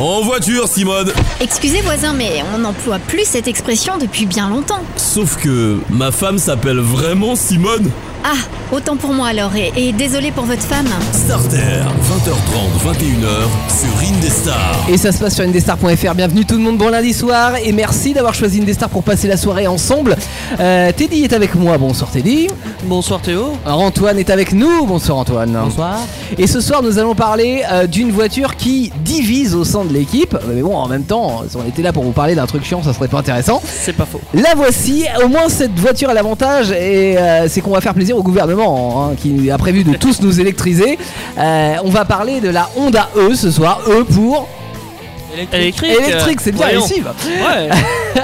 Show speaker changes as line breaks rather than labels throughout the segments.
En voiture, Simone
Excusez voisin, mais on n'emploie plus cette expression depuis bien longtemps.
Sauf que ma femme s'appelle vraiment Simone
Ah, autant pour moi alors, et, et désolé pour votre femme.
Starter, 20h30, 21h, sur Indestar.
Et ça se passe sur indestar.fr. Bienvenue tout le monde, bon lundi soir et merci d'avoir choisi Indestar pour passer la soirée ensemble. Euh, Teddy est avec moi, bonsoir Teddy.
Bonsoir Théo.
Alors Antoine est avec nous, bonsoir Antoine.
Bonsoir.
Et ce soir nous allons parler euh, d'une voiture qui divise au sein de l'équipe. Euh, Mais bon, en même temps, si on était là pour vous parler d'un truc chiant, ça serait pas intéressant.
C'est pas faux.
La voici, au moins cette voiture a l'avantage et euh, c'est qu'on va faire plaisir au gouvernement hein, qui a prévu de tous nous électriser. Euh, on va parler de la Honda E ce soir, E pour
Électrique. euh,
électrique, c'est bien
Voyons.
réussi. va.
Ouais.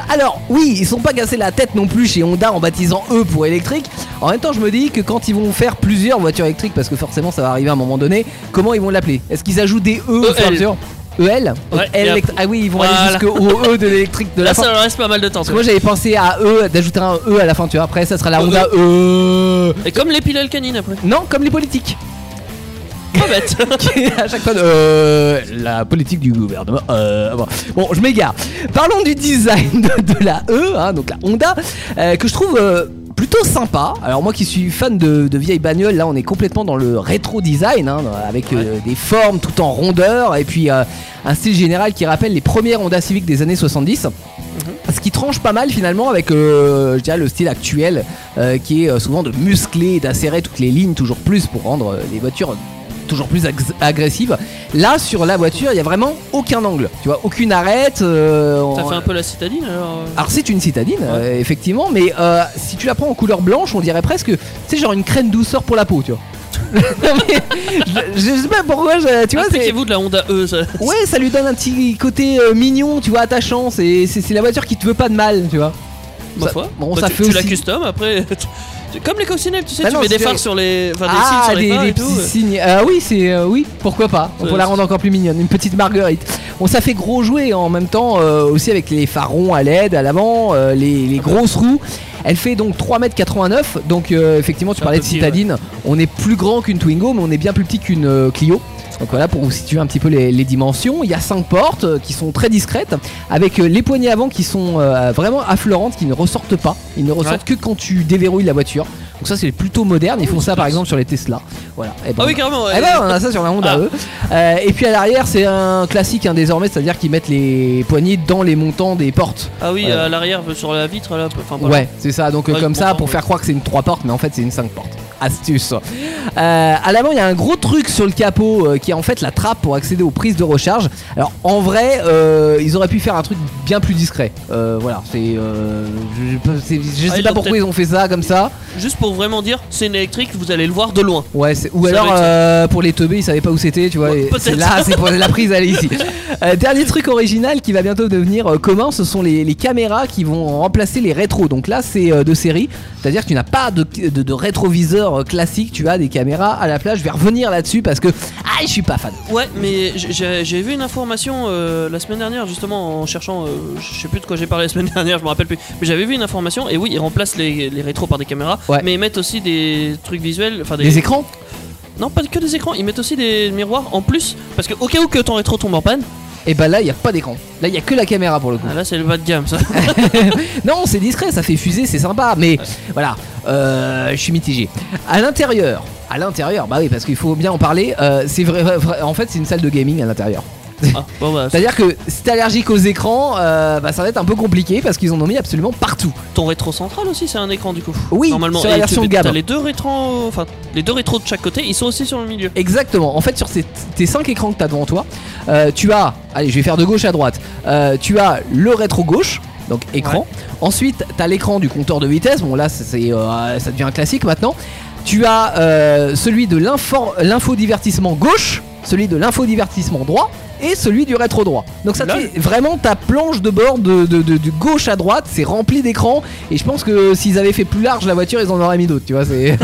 Alors oui, ils sont pas cassés la tête non plus chez Honda en baptisant eux pour électrique. En même temps, je me dis que quand ils vont faire plusieurs voitures électriques, parce que forcément ça va arriver à un moment donné, comment ils vont l'appeler Est-ce qu'ils ajoutent des E au fur et à
EL.
mesure EL
Ouais, et
Elect-
après-
Ah oui, ils vont
Voilà.
aller jusqu'au E de l'électrique de la
Là,
fin.
ça leur reste pas mal de temps.
Parce que moi j'avais pensé à E, d'ajouter un E à la fin, tu vois. Après, ça sera la Honda E.
Et comme les pilules canines après.
Non, comme les politiques.
Pas bête.
Qui, à chaque fois, euh, la politique du gouvernement. euh, bon. Bon, je m'égare. Parlons du design de, de la E, hein, donc la Honda, euh, que je trouve euh, plutôt sympa. Alors moi qui suis fan de, de vieilles bagnoles, là on est complètement dans le rétro design, hein, avec euh, des formes tout en rondeur et puis euh, un style général qui rappelle les premières Honda Civic des années 70. Ce qui tranche pas mal finalement avec euh, je dirais, le style actuel euh, qui est euh, souvent de muscler et d'acérer toutes les lignes toujours plus pour rendre euh, les voitures toujours plus ag- agressives. Là sur la voiture il n'y a vraiment aucun angle, tu vois, aucune arête. euh,
Ça
on-
fait un peu la citadine alors. euh.
alors c'est une citadine, euh, effectivement, mais euh, si tu la prends en couleur blanche, on dirait presque, tu sais, genre une crème douceur pour la peau, tu vois. Non, mais, je, je sais pas pourquoi, je- tu vois, c'est...
Appliquez-vous de la Honda E. ça.
Ouais, ça lui donne un petit côté euh, mignon, tu vois, attachant. C'est, c'est, c'est la voiture qui te veut pas de mal, tu vois.
Ma
Ça-
foi.
bon,
Bah,
ça
tu,
fait
tu la
aussi-
custom après. C'est Comme les coccinelles, tu sais,
Bah
tu
non,
mets des
c'est-
phares sur les. Enfin, des
ah,
signes sur les
des,
phares
des
et tout.
petits signes. Ah oui, c'est euh, oui, pourquoi pas. On
Ça-
peut la rendre encore plus mignonne, une petite marguerite. On ça fait gros jouer en même temps euh, aussi avec les farons à l'aide, à l'avant, euh, les,
Ah bah.
les grosses roues. Elle fait donc 3m89, donc euh, effectivement tu
Un
parlais
peu
de
petit,
citadine, on est plus grand qu'une Twingo mais on est bien plus petit qu'une euh, Clio. Donc voilà pour vous situer un petit peu les, les dimensions. Il y a 5 portes euh, qui sont très discrètes, avec euh, les poignées avant qui sont euh, vraiment affleurantes, qui ne ressortent pas. Ils ne ressortent que quand tu déverrouilles la voiture. Donc ça c'est plutôt moderne, ils font ça par exemple sur les Tesla. Voilà. Et
Ah oui, carrément. ouais.
eh ben, on a ça sur la Honda
Ah.
E. Euh, et puis à l'arrière, c'est un classique hein, désormais, c'est-à-dire qu'ils mettent les poignées dans les montants des portes.
Ah oui,
Ouais.
à l'arrière, sur la vitre là. Enfin, voilà.
Ouais, c'est ça. Donc euh,
Ouais,
comme
je
ça,
comprends,
pour
ouais.
faire croire que c'est une 3 portes, mais en fait c'est une 5 portes. Astuce. Euh, à l'avant, il y a un gros truc sur le capot euh, qui est en fait la trappe pour accéder aux prises de recharge. Alors en vrai, euh, ils auraient pu faire un truc bien plus discret. Euh, voilà, c'est. euh, je, je- c'est- je
Ah,
sais
ils
pas
l'ont
pourquoi
peut-être-
ils ont fait ça comme ça.
Juste pour vraiment dire, c'est une électrique, vous allez le voir de loin.
Ouais, c'est- ou
Ça
alors
va être ça.
euh, pour les teubés, ils savaient pas où c'était, tu vois.
Ouais,
et
peut-être.
c'est là, c'est pour la prise, elle est ici. Euh, dernier truc original qui va bientôt devenir euh, commun, ce sont les, les caméras qui vont remplacer les rétros. Donc là, c'est euh, de série, c'est-à-dire que tu n'as pas de, de- de rétroviseur euh, classique, tu as des caméras à la plage. Je vais revenir là-dessus parce que ah, je suis pas fan.
Ouais, mais j- j'ai j'ai vu une information euh, la semaine dernière, justement, en cherchant, euh, je sais plus de quoi j'ai parlé la semaine dernière, je me rappelle plus. Mais j'avais vu une information, et oui, ils remplacent les, les rétros par des caméras,
Ouais.
mais ils mettent aussi des trucs visuels, enfin des,
Les écrans
Non, pas que des écrans, ils mettent aussi des miroirs en plus, parce que au cas où que ton rétro tombe en panne,
Et bah là, il y a pas d'écran. Là, il y a que la caméra pour le coup.
ah, là c'est le bas de gamme ça.
Non, c'est discret, ça fait fusée, c'est sympa, mais voilà, euh, je suis mitigé. À l'intérieur, à l'intérieur, bah oui, parce qu'il faut bien en parler, euh, c'est vrai, vrai- vrai- en fait, c'est une salle de gaming à l'intérieur.
Ah, bon, bah,
C'est-à-dire que si t'es allergique aux écrans, euh, bah, ça va être un peu compliqué parce qu'ils en ont mis absolument partout.
ton rétro central aussi c'est un écran du coup.
Oui,
normalement.
sur la
Et tu-
version gamme.
t'as les deux rétros, enfin les deux rétros de chaque côté, ils sont aussi sur le milieu.
Exactement, en fait, sur ces- tes 5 écrans que t'as devant toi, euh, tu as, allez, je vais faire de gauche à droite, Euh, tu as le rétro gauche. Donc écran. Ensuite, t'as l'écran du compteur de vitesse. Bon là, c'est- c'est, euh, ça devient un classique maintenant. Tu as euh, celui de l'infor- l'infodivertissement gauche, celui de l'infodivertissement droit et celui du rétro droit. Donc ça te
Lol.
fait vraiment ta planche de bord de, de- de- de gauche à droite, c'est rempli d'écrans et je pense que s'ils avaient fait plus large la voiture, ils en auraient mis d'autres, tu vois, c'est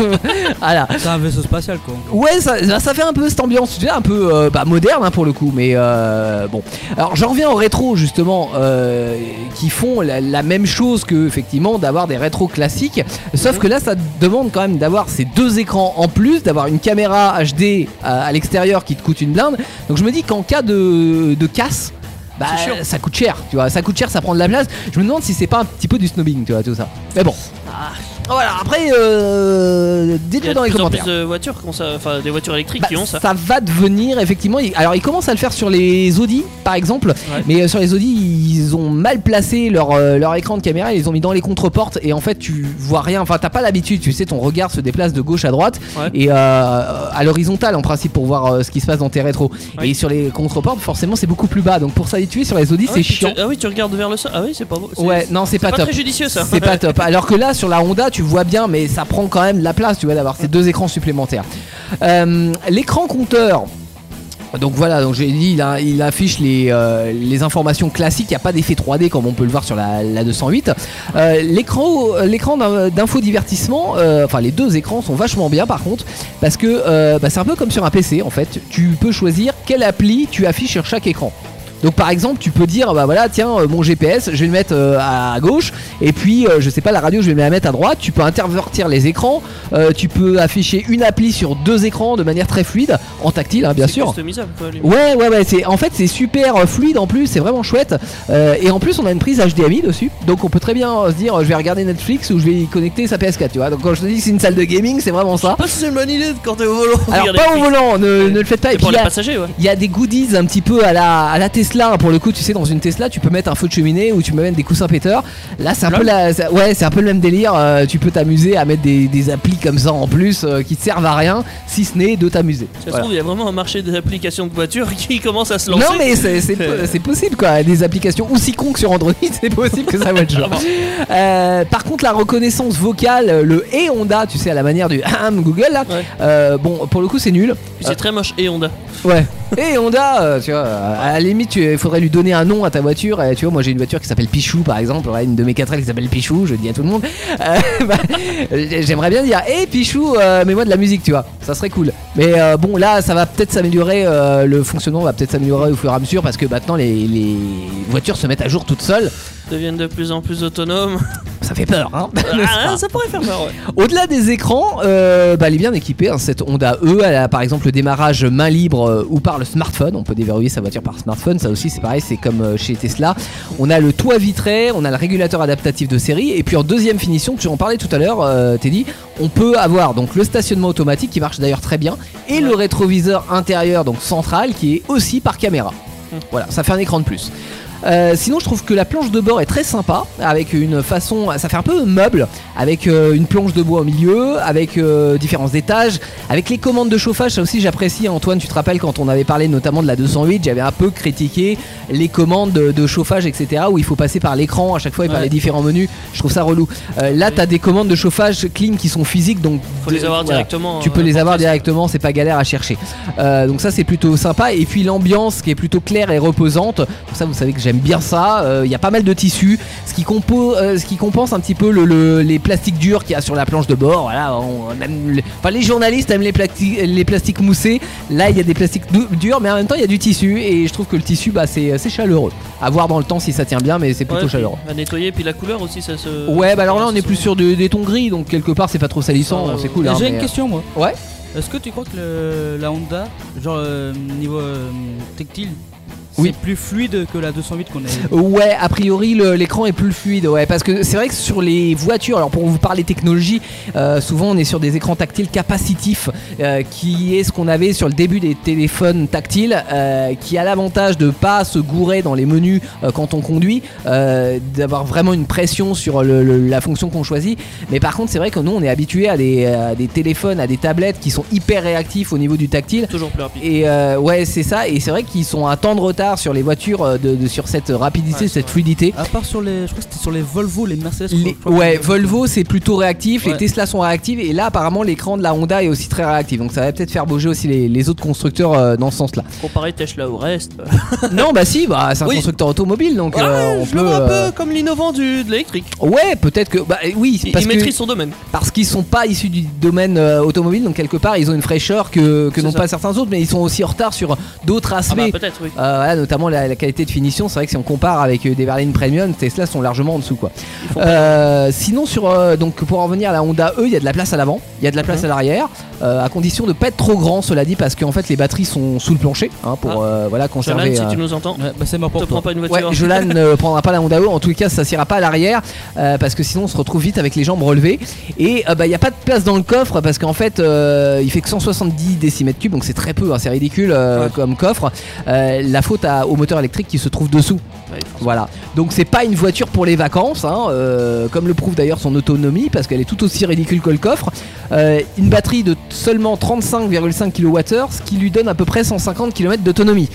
voilà.
C'est un vaisseau spatial quoi.
Ouais, ça, là, ça fait un peu cette ambiance, tu sais, un peu euh, bah, moderne hein, pour le coup, mais euh, bon. Alors j'en reviens aux rétro justement, euh, qui font la, la même chose que effectivement d'avoir des rétros classiques, sauf que là ça demande quand même d'avoir ces deux écrans en plus, d'avoir une euh, caméra HD à, à l'extérieur qui te coûte une blinde. Donc je me dis qu'en cas de, de casse, bah,
C'est sûr.
ça coûte cher, tu vois, ça coûte cher, ça prend de la place. Je me demande si c'est pas un petit peu du snobbing, tu vois, tout ça. Mais bon. Voilà, après, euh,
Il y
dites-le
a de
dans les
plus en plus
commentaires.
de voitures, qui ont ça- enfin des voitures électriques
Bah,
qui ont ça.
va devenir effectivement. il- Alors ils commencent à le faire sur les Audi par exemple, mais euh, sur les Audi ils ont mal placé leur, euh, leur écran de caméra, ils les ont mis dans les contreportes et en fait tu vois rien. Enfin t'as pas l'habitude, tu sais ton regard se déplace de gauche à droite
Ouais.
et euh, à l'horizontale en principe pour voir euh, ce qui se passe dans tes rétros.
Ouais.
Et sur les contreportes forcément c'est beaucoup plus bas. Donc pour s'habituer sur les Audi
Ah
c'est
oui, tu-
chiant.
Ah oui, tu regardes vers le sol. Ah oui, c'est pas beau. c'est-
Ouais non c'est
C'est
pas,
pas
top.
très judicieux ça.
C'est pas top. Alors que là, sur la Honda, tu vois bien, mais ça prend quand même de la place, tu vois, d'avoir ces deux écrans supplémentaires. Euh, L'écran compteur. Donc voilà, donc j'ai dit, il, a- il affiche les, euh, les informations classiques, il n'y a pas d'effet 3D comme on peut le voir sur la, la 208. Euh, L'écran l'écran d'in- d'infodivertissement, euh, enfin les deux écrans sont vachement bien par contre, parce que euh, bah, c'est un peu comme sur un PC en fait, tu peux choisir quelle appli tu affiches sur chaque écran. Donc par exemple, tu peux dire bah voilà, tiens, euh, mon GPS, je vais le mettre euh, à gauche et puis euh, je sais pas la radio, je vais me la mettre à droite. Tu peux intervertir les écrans, euh, tu peux afficher une appli sur deux écran de manière très fluide en tactile hein, bien
C'est
sûr.
Customisable. quoi, limite.
Ouais, ouais, ouais, c'est en fait c'est super euh, fluide en plus, c'est vraiment chouette. Euh, et en plus on a une prise HDMI dessus, donc on peut très bien euh, se dire euh, je vais regarder Netflix ou je vais y connecter sa PS4, tu vois. Donc quand je te dis que c'est une salle de gaming, c'est vraiment ça.
Pas si c'est une bonne idée de- quand t'es au volant.
Alors
Regardez,
pas au volant, ne,
Ouais.
ne le faites pas. Et
C'est
puis
pour
il y
les
a-
passagers, ouais.
il y a des goodies un petit peu à la, à la Tesla hein, pour le coup tu sais dans une Tesla tu peux mettre un feu de cheminée ou tu peux mettre des coussins péteurs là c'est un peu la, c'est- ouais c'est un peu le même délire euh, tu peux t'amuser à mettre des, des applis comme ça en plus euh, qui te servent à rien si ce n'est de t'amuser
Ça se
Voilà.
trouve, il y a vraiment un marché des applications de voitures qui commence à se lancer.
non mais c'est c'est po- c'est possible quoi des applications aussi cons que sur Android c'est possible que ça va être genre Euh, par contre, la reconnaissance vocale, le et Honda, tu sais, à la manière du ahem Google, là,
Ouais.
euh, bon, pour le coup, c'est nul.
Puis c'est très moche. Et Honda.
Ouais. Et Honda, euh, tu vois, euh, à la limite, tu- il faudrait lui donner un nom à ta voiture. Et tu vois, moi j'ai une voiture qui s'appelle Pichou, par exemple. Ouais, une de mes 4L qui s'appelle Pichou, je dis à tout le monde. Euh, bah, J'aimerais bien dire, hé Pichou, euh, mets-moi de la musique, tu vois. Ça serait cool. Mais euh, bon, là, ça va peut-être s'améliorer. euh, le fonctionnement va peut-être s'améliorer au fur et à mesure parce que maintenant, les, les voitures se mettent à jour toutes seules.
Deviennent de plus en plus autonomes.
Ça fait peur, hein n'est-ce
Ah,
pas
ça pourrait faire peur, ouais.
Au-delà des écrans, euh, bah, elle est bien équipée. hein, cette Honda E, elle a par exemple le démarrage main libre euh, ou par le smartphone. On peut déverrouiller sa voiture par smartphone. Ça aussi, c'est pareil, c'est comme euh, chez Tesla. On a le toit vitré, on a le régulateur adaptatif de série. Et puis en deuxième finition, tu en parlais tout à l'heure, euh, Teddy, on peut avoir donc le stationnement automatique qui marche d'ailleurs très bien et le rétroviseur intérieur, donc central, qui est aussi par caméra. Voilà, ça fait un écran de plus. Euh, sinon, je trouve que la planche de bord est très sympa, avec une façon, ça fait un peu meuble, avec euh, une planche de bois au milieu, avec euh, différents étages, avec les commandes de chauffage. Ça aussi, j'apprécie. hein, Antoine, tu te rappelles quand on avait parlé notamment de la 208, j'avais un peu critiqué les commandes de, de chauffage, etc., où il faut passer par l'écran à chaque fois et par
Ouais.
les différents menus. Je trouve ça relou. Euh, là, t'as des commandes de chauffage clean qui sont physiques, donc
Faut les avoir
voilà.
directement.
Tu peux
euh,
les
dans
avoir
tes-
directement, c'est pas galère à chercher. Euh, donc ça c'est plutôt sympa. Et puis l'ambiance qui est plutôt claire et reposante. Pour ça vous savez que j'aime bien ça. Euh, Il y a pas mal de tissus, ce qui, compo- euh, ce qui compense un petit peu le, le- les plastiques durs qu'il y a sur la planche de bord. Voilà, on- on aime le- enfin, les journalistes aiment les, plati- les plastiques moussés. Là il y a des plastiques dou- durs, mais en même temps il y a du tissu. Et je trouve que le tissu bah, c'est c'est chaleureux. À voir dans le temps si ça tient bien, mais c'est
Ouais,
plutôt
puis euh,
chaleureux.
À nettoyer, puis la couleur aussi, ça se.
Ouais, bah alors là on
ça
est
se-
plus sur de- des tons gris, donc quelque part c'est pas trop salissant,
Ouais, ouais,
c'est cool. hein,
J'ai
mais,
une
euh,
question moi.
Ouais.
Est-ce que tu crois que le- la Honda, genre euh, niveau euh, tactile,
Oui. Oh.
c'est plus fluide que la 208 qu'on a
Ouais, a priori le- l'écran est plus fluide, ouais, parce que c'est vrai que sur les voitures, alors pour vous parler technologie, euh, souvent on est sur des écrans tactiles capacitifs, euh, qui est ce qu'on avait sur le début des téléphones tactiles, euh, qui a l'avantage de pas se gourer dans les menus euh, quand on conduit, euh, d'avoir vraiment une pression sur le- le- la fonction qu'on choisit. Mais par contre, c'est vrai que nous on est habitué à des, à des téléphones, à des tablettes qui sont hyper réactifs au niveau du tactile.
Toujours plus rapide.
Et euh, ouais, c'est ça. Et c'est vrai qu'ils sont à un temps de retard sur les voitures, euh, de, de- sur cette rapidité,
Ouais,
cette
c'est
fluidité.
À part sur les, je crois que c'était sur les Volvo, les Mercedes. je
Les-
crois que-
ouais, Volvo c'est plutôt réactif, les
Ouais.
Tesla sont réactifs et là apparemment l'écran de la Honda est aussi très réactif donc ça va peut-être faire bouger aussi les, les autres constructeurs euh, dans ce sens-là.
Comparé Tesla au reste. euh,
non bah si, bah c'est un
Oui.
constructeur automobile donc
ouais,
euh, on
je
peut.
le vois un
euh,
peu comme l'innovant du, de l'électrique.
Ouais, peut-être que bah oui
Il,
parce
il
que-
maîtrise son domaine.
parce qu'ils sont pas issus du domaine euh, automobile donc quelque part ils ont une fraîcheur que, que
C'est
n'ont
ça.
pas certains autres mais ils sont aussi en retard sur d'autres aspects.
Ah bah peut-être, oui.
Euh, voilà, Voilà, notamment la, la qualité de finition. C'est vrai que si on compare avec euh, des berlines premium, Tesla sont largement en dessous, quoi.
font
Euh, sinon, sur euh, donc pour en revenir à la Honda E, il y a de la place à l'avant, il y a de la
Mhm.
place à l'arrière, euh, à condition de pas être trop grand, cela dit, parce qu'en fait les batteries sont sous le plancher hein, pour
Ah.
euh, voilà
Jolan,
conserver.
si
euh,
tu nous entends,
Ouais, bah c'est mort
te
pour
prends
toi.
pas une
Ouais,
voiture.
Jolan ne prendra pas la Honda E, en tout cas ça s'ira pas à l'arrière euh, parce que sinon on se retrouve vite avec les jambes relevées et euh, bah il n'y a pas de place dans le coffre parce qu'en fait euh, il fait que 170 décimètres cubes donc c'est très peu, hein, c'est ridicule euh,
Ouais.
comme coffre. Euh, la faute à- au moteur électrique qui se trouve dessous.
Ouais.
Voilà. Donc c'est pas une voiture pour les vacances, hein, euh, comme le prouve d'ailleurs son autonomie, parce qu'elle est tout aussi ridicule que le coffre. Euh, une batterie de seulement 35,5 kWh, ce qui lui donne à peu près 150 km d'autonomie.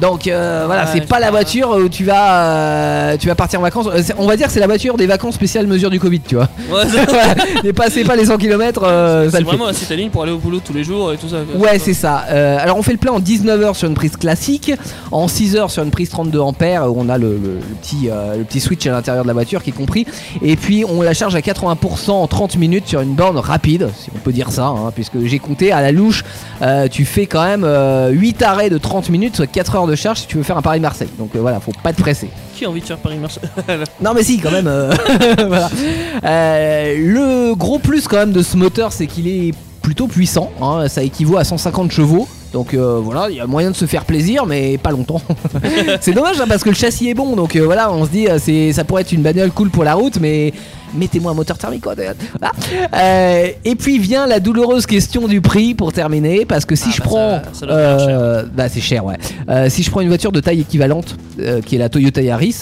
Donc euh, voilà,
Ouais,
c'est
je
pas la
vois.
voiture où tu vas, euh, tu vas partir en vacances. Euh, c'est- on va dire que c'est la voiture des vacances spéciales mesure du Covid, tu vois.
Ouais, c'est-
Dépassez pas les euh, 100 km, ça
c'est
le fait.
vraiment la citadine pour aller au boulot tous les jours et tout ça. quoi.
Ouais, c'est ça. Euh, alors, on fait le plein en 19h sur une prise classique, en 6h sur une prise 32 ampères, où on a le, le- le petit, euh, le petit switch à l'intérieur de la voiture qui est compris. Et puis, on la charge à 80% en 30 minutes sur une borne rapide, si on peut dire ça, hein, puisque j'ai compté à la louche, euh, tu fais quand même euh, 8 arrêts de 30 minutes, soit 4 heures de charge si tu veux faire un Paris-Marseille. Donc euh, voilà, faut pas te presser.
Qui a envie de faire Paris Marseille
Non mais si quand même. euh, voilà. Euh, le gros plus quand même de ce moteur c'est qu'il est plutôt puissant. hein, ça équivaut à 150 chevaux. Donc euh, voilà, il y a moyen de se faire plaisir, mais pas longtemps. c'est dommage hein, parce que le châssis est bon, donc euh, voilà, on se dit euh, c'est ça pourrait être une bagnole cool pour la route, mais mettez-moi un moteur thermique. quoi, d'ailleurs. Voilà. Euh, et puis vient la douloureuse question du prix pour terminer, parce que si
Ah,
je
bah,
prends,
ça- ça doit faire cher.
euh, bah c'est cher, ouais. Euh, si je prends une voiture de taille équivalente, euh, qui est la Toyota Yaris,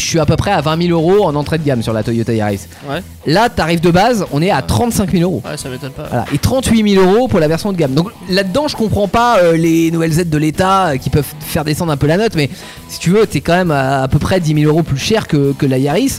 je suis à peu près à 20 000 euros en entrée de gamme sur la Toyota Yaris.
Ouais.
Là, tarif de base, on est à 35 000 euros.
Ouais, ça m'étonne pas.
Voilà, et 38 000 euros pour la version de gamme. Donc là-dedans, je comprends pas euh, les nouvelles aides de l'État euh, qui peuvent faire descendre un peu la note, mais si tu veux, t'es quand même à, à peu près 10 000 euros plus cher que, que la Yaris.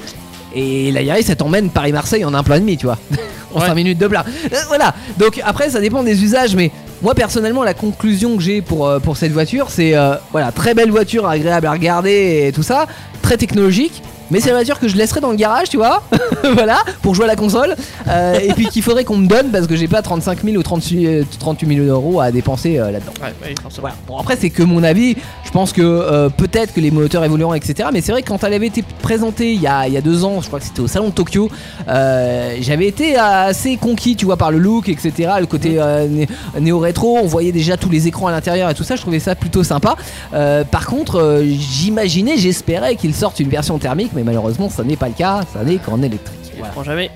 Et la Yaris, elle t'emmène Paris-Marseille en un plein et demi, tu vois. en
Ouais.
5 minutes de plat. Euh, voilà. Donc après, ça dépend des usages, mais moi personnellement, la conclusion que j'ai pour, euh, pour cette voiture, c'est euh, voilà, très belle voiture, agréable à regarder et tout ça, très technologique. Mais c'est la voiture que je laisserai dans le garage, tu vois, voilà, pour jouer à la console, Euh, et puis qu'il faudrait qu'on me donne parce que j'ai pas 35 000 ou 38, euh, 38 000 euros à dépenser euh, là-dedans.
Ouais, ouais, forcément.
Voilà. Bon après c'est que mon avis. Je pense que euh, peut-être que les moteurs évolueront etc. Mais c'est vrai que quand elle avait été présentée il y a, il y a deux ans, je crois que c'était au salon de Tokyo, euh, j'avais été assez conquis, tu vois, par le look etc. Le côté euh, né- néo-rétro, on voyait déjà tous les écrans à l'intérieur et tout ça. Je trouvais ça plutôt sympa. Euh, par contre, euh, j'imaginais, j'espérais qu'ils sortent une version thermique, mais malheureusement ça n'est pas le cas. Ça n'est qu'en électrique.
Ils le
Voilà.
feront jamais.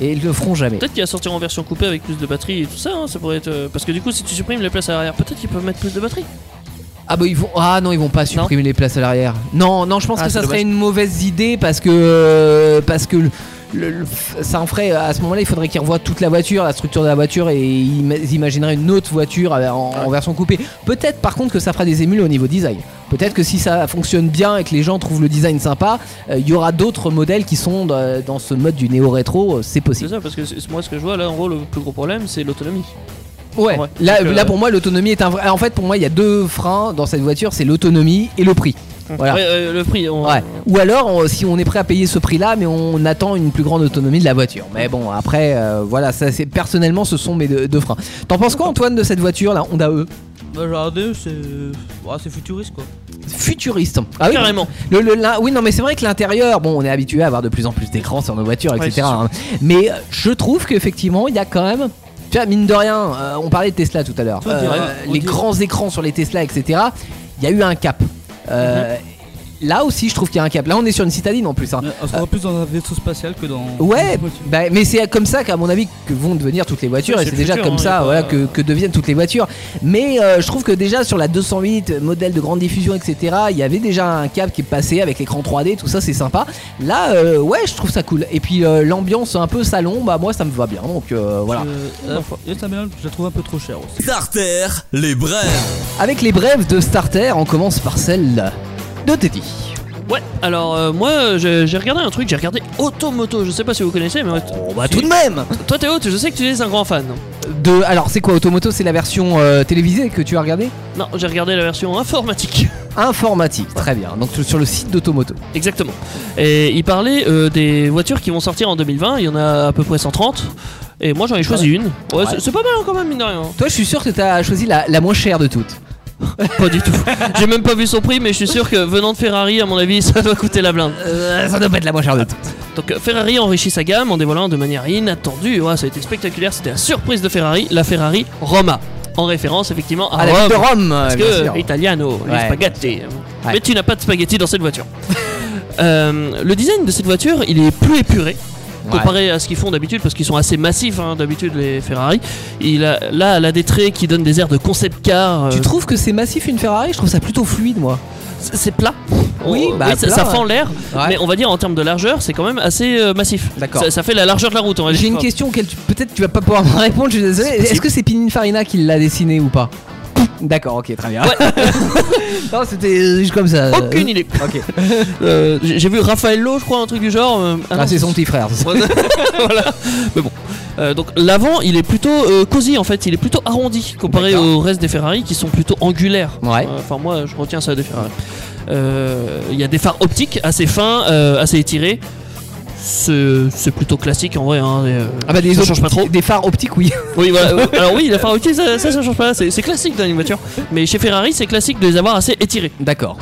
Et ils le feront jamais.
Peut-être qu'il va sortir en version coupée avec plus de batterie et tout ça. hein, ça pourrait être euh, parce que du coup, si tu supprimes les places à l'arrière, peut-être qu'ils peuvent mettre plus de batterie.
Ah bah ils vont ah non ils vont pas supprimer les places à l'arrière. Non non je pense
Ah,
que ça
c'est
serait
dommage.
une mauvaise idée parce que euh, parce que le- le- le- ça en ferait à ce moment-là il faudrait qu'ils revoient toute la voiture la structure de la voiture et ils ima- ils imagineraient une autre voiture euh, en, en version coupée. Peut-être par contre que ça fera des émules au niveau design. Peut-être que si ça fonctionne bien et que les gens trouvent le design sympa, euh, il y aura d'autres modèles qui sont dans dans ce mode du néo rétro. C'est
C'est
possible.
ça, parce que c'est- moi, ce que je vois là, en gros, le plus gros problème, c'est l'autonomie.
Ouais.
Ouais.
Là,
Donc, euh,
là pour moi l'autonomie est un vrai. En fait pour moi il y a deux freins dans cette voiture, c'est l'autonomie et le prix. Voilà.
Ouais, euh, le prix. On...
Ouais. Ou alors, on- si on est prêt à payer ce prix-là, mais on attend une plus grande autonomie de la voiture. Mais bon, après, euh, voilà, ça, c'est personnellement, ce sont mes deux, deux freins. T'en penses quoi, Antoine, de cette voiture, la Honda E
Bah, genre, deux, c'est. ouais, c'est futuriste quoi.
Futuriste. Ah oui.
Carrément.
Le- le- la- oui, non, mais c'est vrai que l'intérieur, bon, on est habitué à avoir de plus en plus d'écrans sur nos voitures,
Ouais, c'est
etc.
sûr.
hein. Mais euh, je trouve qu'effectivement, il y a quand même. Tu vois, mine de rien, euh, on parlait de Tesla tout à l'heure.
Toi,
Euh,
dirais, on
les
dirait.
grands écrans sur les Tesla, etc. Il y a eu un cap. Euh,
Mhm.
Là aussi, je trouve qu'il y a un cap. Là, on est sur une citadine en plus. hein.
Mais On se retrouve plus dans un vaisseau spatial que dans.
Ouais,
dans une voiture.
bah, mais c'est comme ça qu'à mon avis que vont devenir toutes les voitures
Ouais,
et
c'est
c'est
le
déjà
futur,
comme
hein, y a
ça
pas-
voilà, que, que deviennent toutes les voitures. Mais euh, je trouve que déjà sur la 208, modèle de grande diffusion, etc., il y avait déjà un câble qui est passé avec l'écran 3D, tout ça c'est sympa. Là, euh, ouais, je trouve ça cool. Et puis euh, l'ambiance un peu salon, bah moi ça me va bien. Donc euh, voilà.
Je- euh, et ça mélange, je la trouve un peu trop chère aussi.
Starter, les brèves.
Avec les brèves de starter, on commence par celle de Teddy.
Ouais, alors euh, moi euh, j'ai j'ai regardé un truc, j'ai regardé Automoto, je sais pas si vous connaissez, mais ouais, t-
Oh, bah tout de même
toi Théo, tu- je sais que tu es un grand fan.
de, Alors c'est quoi Automoto C'est la version euh, télévisée que tu as regardée
Non, j'ai regardé la version informatique.
Informatique, très bien. Donc sur le site d'Automoto.
Exactement. Et il parlait euh, des voitures qui vont sortir en 2020, il y en a à peu près 130. Et moi j'en ai choisi une. Ouais,
Ah Ouais.
c'est- C'est pas mal hein, quand même, mine de rien.
Toi, je suis sûr que t'as choisi la, la moins chère de toutes.
Pas du tout. J'ai même pas vu son prix, mais je suis sûr que venant de Ferrari, à mon avis, ça doit coûter la blinde.
Euh, ça doit pas être la moins chère de toutes.
Donc euh, Ferrari enrichit sa gamme en dévoilant de manière inattendue. Ouais, ça a été spectaculaire, c'était la surprise de Ferrari, la Ferrari Roma. En référence effectivement à,
À Ah, la ville
Rome.
de Rome,
Parce
bien
que
sûr.
euh, italiano, les
Ouais.
spaghettis.
Ouais.
Mais tu n'as pas de spaghettis dans cette voiture. Euh, le design de cette voiture, il est plus épuré comparé à ce qu'ils font d'habitude parce qu'ils sont assez massifs hein, d'habitude les Ferrari. Il a, là, elle a des traits qui donnent des airs de concept car. euh,
Tu trouves que c'est massif une Ferrari Je trouve ça plutôt fluide, moi.
c'est c'est plat.
Oui,
On-
bah,
oh, ça,
plat,
ça
ouais.
fend l'air,
Ouais.
mais on va dire en termes de largeur, c'est quand même assez euh, massif.
D'accord.
Ça, ça fait la largeur de la route. on va
J'ai
dire.
une question auquel tu- peut-être tu vas pas pouvoir me répondre, je suis désolé.
possible.
Est-ce que c'est Pininfarina qui l'a dessiné ou pas D'accord, ok, très bien. non, c'était euh, juste comme ça.
Aucune idée.
Ok.
Euh, J'ai j'ai vu Raffaello, je crois, un truc du genre. euh, ah non,
Ah, c'est son petit frère. c'est ça.
voilà. Mais bon. Euh, donc l'avant, il est plutôt euh, cosy en fait. Il est plutôt arrondi comparé
D'accord.
au reste des Ferrari qui sont plutôt angulaires.
Ouais.
Euh, Enfin moi, je retiens ça des Ferrari. Euh, Il y a des phares optiques assez fins, euh, assez étirés. C'est c'est plutôt classique en vrai. Hein, et, euh,
Ah bah des
ça
autres-
change pas trop.
Des phares optiques, oui.
Oui, voilà. Euh, Alors oui, la phare optique, ça, ça, ça change pas. C'est c'est classique dans une voiture. Mais chez Ferrari, c'est classique de les avoir assez étirés.
D'accord.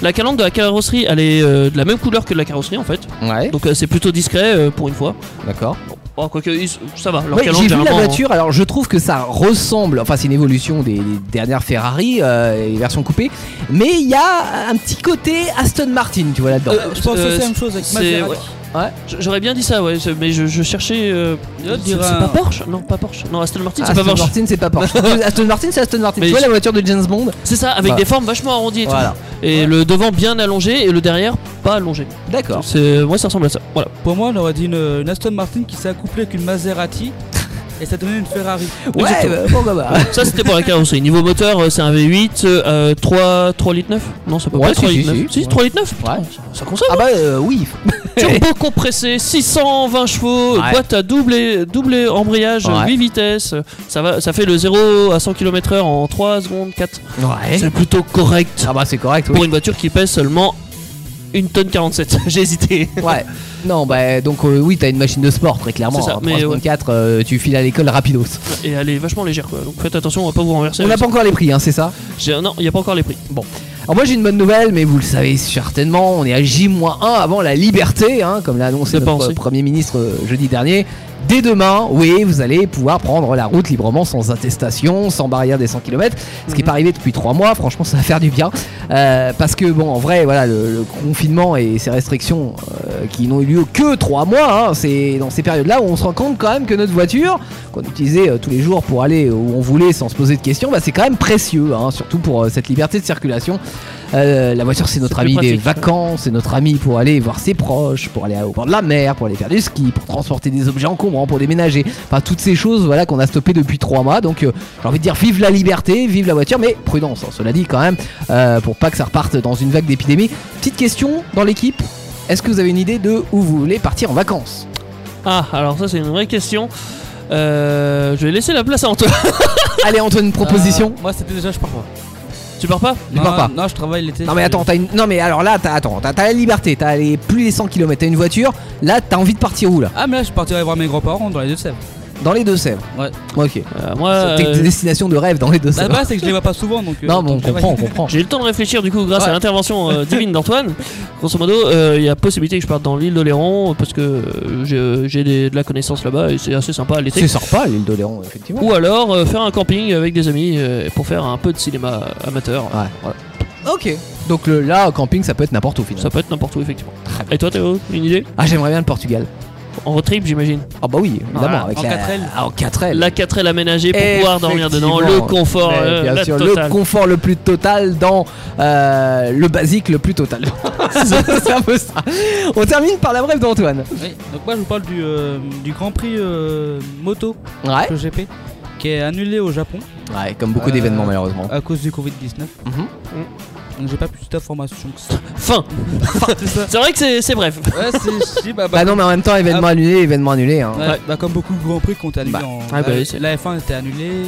La calandre de la carrosserie, elle est euh, de la même couleur que de la carrosserie en fait.
Ouais.
Donc euh, c'est plutôt discret euh, pour une fois.
D'accord.
Oh, quoique, ils- ça va. Leur
Ouais,
calandre,
j'ai vu la
généralement,
voiture, alors je trouve que ça ressemble, enfin c'est une évolution des, des dernières Ferrari, euh, les versions coupées, mais il y a un petit côté Aston Martin, tu vois là-dedans.
Euh,
Je pense
euh,
que c'est la même chose avec
c'est-
Maserati.
ouais. J- J'aurais bien dit ça, ouais, c'est- mais je, je cherchais. euh,
Là,
c'est
tu vas-
c'est pas Porsche Non, pas Porsche. Non, Aston Martin, c'est
Ah, Aston
pas Porsche.
Martin, c'est pas Porsche. Aston Martin, c'est Aston Martin.
Mais
tu vois
je-
la voiture de James Bond
C'est ça, avec
Voilà.
des formes vachement arrondies et tout.
Bah. Voilà.
Et le devant bien allongé et le derrière pas allongé.
D'accord.
C'est, moi, ça ressemble à ça. Voilà.
Pour moi, on aurait dit une, une Aston Martin qui s'est accouplée avec une Maserati et ça donnait une Ferrari.
Ouais,
Exactement.
bah, pourquoi pas.
Ça, c'était pour la carrosserie. Niveau moteur, euh, c'est un V8, euh, 3, 3 litres 9 Non, ça peut
Ouais,
pas être
si,
3
si,
litres 9.
si.
Si, 3 litres 9
Ouais.
Ça consomme.
Ah bah euh, oui.
Turbo compressé, 620 chevaux,
Ouais.
boîte à double, et- double embrayage,
Ouais.
8 vitesses. Ça, va, ça fait le 0 à 100 km/h en 3 secondes 4.
Ouais.
C'est plutôt correct.
Ah bah c'est correct,
Eh pour
oui.
une voiture qui pèse seulement une tonne 47. J'ai hésité.
Ouais. Non, bah donc euh, oui, t'as une machine de sport, très clairement.
C'est ça,
hein.
mais
3 secondes
ouais.
4, euh, tu files à l'école rapidos.
Et elle est vachement légère quoi. Donc faites attention, on va pas vous renverser.
On n'a
avec
pas encore les prix, hein, c'est ça
ça. J'ai- Non, il n'y a pas encore les prix.
Alors moi j'ai une bonne nouvelle, mais vous le savez certainement, on est à J-1 avant la liberté, hein, comme l'a annoncé
De
notre
penser.
Premier ministre euh, jeudi dernier. Dès demain, oui, vous allez pouvoir prendre la route librement sans attestation, sans barrière des 100 km, ce qui n'est
Mhm.
pas arrivé depuis trois mois, franchement ça va faire du bien. Euh, parce que bon, en vrai, voilà, le, le confinement et ces restrictions euh, qui n'ont eu lieu que trois mois, hein, c'est dans ces périodes-là où on se rend compte quand même que notre voiture, qu'on utilisait euh, tous les jours pour aller où on voulait sans se poser de questions, bah, c'est quand même précieux, hein, surtout pour euh, cette liberté de circulation. Euh, la voiture, c'est notre
plus
ami des
pratique,
vacances, c'est notre ami pour aller voir ses proches, pour aller au bord de la mer, pour aller faire du ski, pour transporter des objets encombrants, pour déménager. Enfin, toutes ces choses voilà, qu'on a stoppées depuis trois mois. Donc, euh, j'ai envie de dire, vive la liberté, vive la voiture, mais prudence, hein, cela dit quand même, euh, pour pas que ça reparte dans une vague d'épidémie. Petite question dans l'équipe est-ce que vous avez une idée de où vous voulez partir en vacances
Ah, alors ça c'est une vraie question. Euh, je vais laisser la place à Antoine.
Allez, Antoine, une proposition
Euh, Moi, c'était déjà, je pars pas.
Tu pars pas
Je pars pas.
Non, je travaille l'été.
Non mais
je-
attends, t'as une... non mais alors là, t'as attends, t'as t'as la liberté, t'as les... plus les 100 km, t'as une voiture, là t'as envie de partir où là
Ah, mais là, je partirai voir mes grands-parents dans les Deux-Sèvres.
Dans les Deux-Sèvres.
Ouais.
Ok.
Euh, Moi,
T'es
euh,
des destinations de rêve dans les
La
Deux-Sèvres.
base, c'est que je les vois pas souvent donc. euh,
non mais on
donc, je
comprend, on
vais-
comprend.
euh, j'ai eu le temps de réfléchir du coup grâce
Ouais.
à l'intervention euh, divine d'Antoine. Grosso modo, euh, il y a possibilité que je parte dans l'île d'Oléron parce que euh, j'ai- j'ai des- de la connaissance là-bas et c'est assez sympa à l'été.
C'est sympa l'île d'Oléron, effectivement.
Ou alors euh, faire un camping avec des amis euh, pour faire un peu de cinéma amateur.
Ouais. Ok. Donc le, là, au camping, ça peut être n'importe où finalement.
Ça peut être n'importe où effectivement.
Très bien.
Et toi Théo, une idée
Ah j'aimerais bien le Portugal.
En road trip j'imagine.
Ah bah oui, évidemment.
Voilà,
avec
en
la...
4L.
Ah, en 4L.
La 4 est aménagée pour pouvoir dormir dedans, le
Effectivement.
confort,
Mais
euh,
bien
la
sûr, le
totale.
confort le plus total dans euh, le basique le plus total. c'est un peu ça. On termine par la brève d'Antoine.
Oui, Donc, moi, je vous parle du, euh, du Grand Prix euh, moto
Ouais.
le GP qui est annulé au Japon
Ouais, comme beaucoup
Euh,
d'événements malheureusement.
à cause du Covid-19.
Mhm.
Donc, j'ai pas plus d'informations que ça.
Fin.
C'est ça.
C'est vrai que c'est c'est bref.
Ouais, c'est. je dis, bah, bah,
Bah non, mais en même temps, événement annulé, événement annulé. Hein.
Ouais, bah, comme beaucoup de grands prix qui ont été annulés
Bah,
en-
ah bah oui, c'est-
la F1 était annulée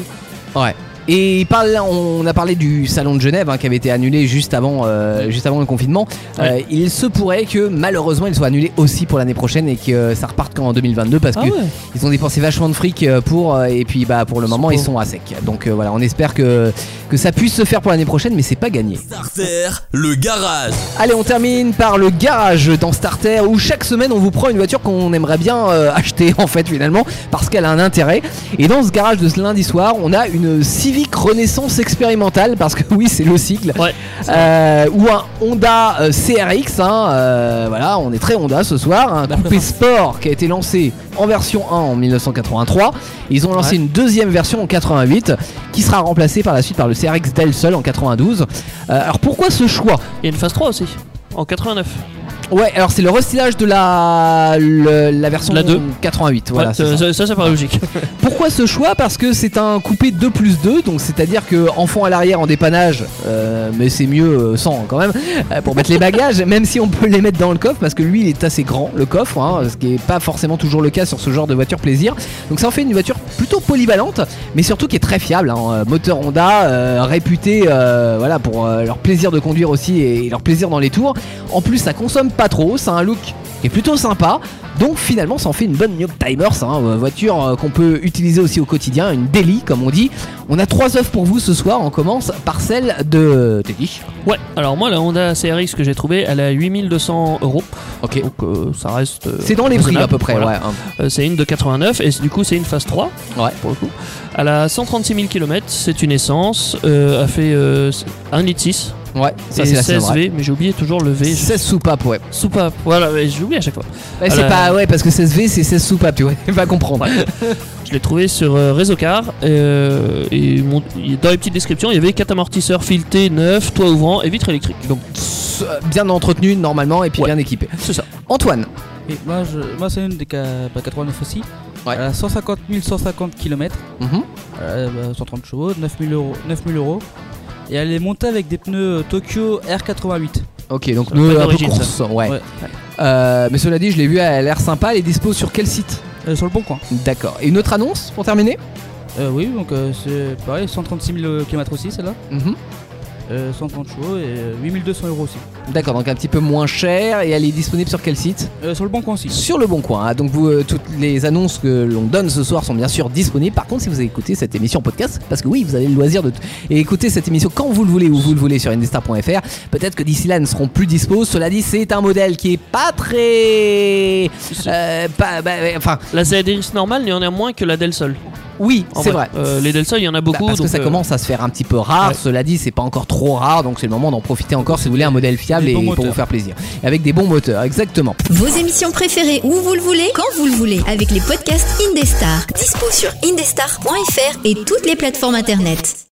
Ouais. Et il parle- on a parlé du salon de Genève hein, qui avait été annulé juste avant, euh, juste avant le confinement. Euh, il se pourrait que malheureusement il soit annulé aussi pour l'année prochaine et que euh, ça reparte qu'en 2022 parce
Ah
que
ouais
ils ont dépensé vachement de fric euh, pour euh, et puis bah pour le moment
pas-
ils sont à sec. Donc euh, voilà, on espère que que ça puisse se faire pour l'année prochaine, mais c'est pas gagné.
Starter, le garage.
Allez, on termine par le garage dans Starter où chaque semaine on vous prend une voiture qu'on aimerait bien euh, acheter en fait finalement parce qu'elle a un intérêt. Et dans ce garage de ce lundi soir, on a une Civic Renaissance expérimentale parce que oui, c'est le cycle.
Ouais.
Euh, ou un Honda euh, CRX. hein, euh, voilà, on est très Honda ce soir. Un coupé sport qui a été lancé en version 1 en 1983. Ils ont lancé
Ouais.
une deuxième version en 88 qui sera remplacée par la suite par le CRX d'elle seul en 92. Euh, alors pourquoi ce choix
Il y a une phase 3 aussi, en 89.
Ouais, alors c'est le restylage de la le- la version
La deux.
88. Voilà,
Ouais,
c'est
euh,
ça.
ça, ça, ça paraît logique.
Pourquoi ce choix Parce que c'est un coupé 2 plus 2, donc c'est-à-dire que enfant à l'arrière en dépannage, euh, mais c'est mieux euh, sans quand même, euh, pour mettre les bagages, même si on peut les mettre dans le coffre, parce que lui il est assez grand le coffre, hein, ce qui est pas forcément toujours le cas sur ce genre de voiture plaisir. Donc ça en fait une voiture plutôt polyvalente, mais surtout qui est très fiable. hein. Euh, Moteur Honda, euh, réputé euh, voilà, pour euh, leur plaisir de conduire aussi et leur plaisir dans les tours. En plus ça consomme pas trop, ça a un look qui est plutôt sympa. Donc finalement, ça en fait une bonne New Timers, hein, euh, voiture euh, qu'on peut utiliser aussi au quotidien, une daily comme on dit. On a trois offres pour vous ce soir. On commence par celle de Teddy.
Ouais, alors moi la Honda CRX que j'ai trouvée, elle a 8200 euros.
Ok.
Donc euh, ça reste. euh,
C'est dans les prix à peu près,
voilà.
ouais. hein.
Euh, c'est une de 89 et c'est- du coup c'est une phase 3
Ouais.
pour le coup. Elle a 136 000 km, c'est une essence, euh, a fait euh, 1,6 litre
Ouais, ça
et
c'est la saison,
16
ouais.
V, mais j'ai oublié toujours le V.
16 soupapes, ouais.
Sous pas, voilà, mais j'oublie à chaque fois.
Ouais, Eh, c'est
Euh,
pas, ouais, parce que 16 V c'est 16 soupapes, tu vois. Tu vas comprendre.
Je l'ai trouvé sur euh, Réseau Car euh, et mon- il- dans les petites descriptions il y avait quatre amortisseurs filetés, neufs, toit ouvrant et vitres électriques. Donc
S- euh, Bien entretenu normalement et puis
Ouais.
bien équipé.
c'est ça.
Antoine,
Et moi, je, moi c'est une des ca- bah, 89 aussi.
Ouais.
Elle a 150 150 km,
Mhm.
euh, bah, 130 chevaux, 9000 euros, 9000 euros. Et elle est montée avec des pneus euh, Tokyo R88.
ok, donc
Ça va
nous
pas
un peu
d'origine,
course, ouais.
Ouais.
Euh, mais cela dit, je l'ai vu, elle a l'air sympa. Elle est dispo sur quel site
Euh, sur le bon coin.
D'accord. Et une autre annonce pour terminer
Euh, oui, donc euh, c'est pareil, 136 000 km euh, aussi celle-là.
Mhm.
Euh, 130 chevaux et euh, 8200 euros aussi.
D'accord, donc un petit peu moins cher et elle est disponible sur quel site
Euh, sur le bon coin aussi.
Sur le Bon Coin. hein. Donc vous, euh, toutes les annonces que l'on donne ce soir sont bien sûr disponibles. Par contre, si vous avez écouté cette émission en podcast, parce que oui, vous avez le loisir de t- et écouter cette émission quand vous le voulez où vous le voulez sur indestar.fr. Peut-être que d'ici là, elles ne seront plus dispo. Cela dit, c'est un modèle qui est pas très, euh, pas, bah, ouais, enfin,
La ZRX normale il y en a moins que la Del Sol.
oui,
en
c'est vrai.
vrai. Euh, les Del Sol il y en a
Bah,
beaucoup.
parce que
donc,
ça
euh,
commence à se faire un petit peu rare.
ouais.
Cela dit, c'est pas encore trop rare, donc c'est le moment d'en profiter encore si vous voulez un modèle fiable
Des
et
bons
pour vous
moteurs.
faire plaisir. Et avec des bons moteurs, exactement.
Vos émissions préférées où vous le voulez, quand vous le voulez, avec les podcasts Indestar. Dispo sur indestar.fr et toutes les plateformes internet.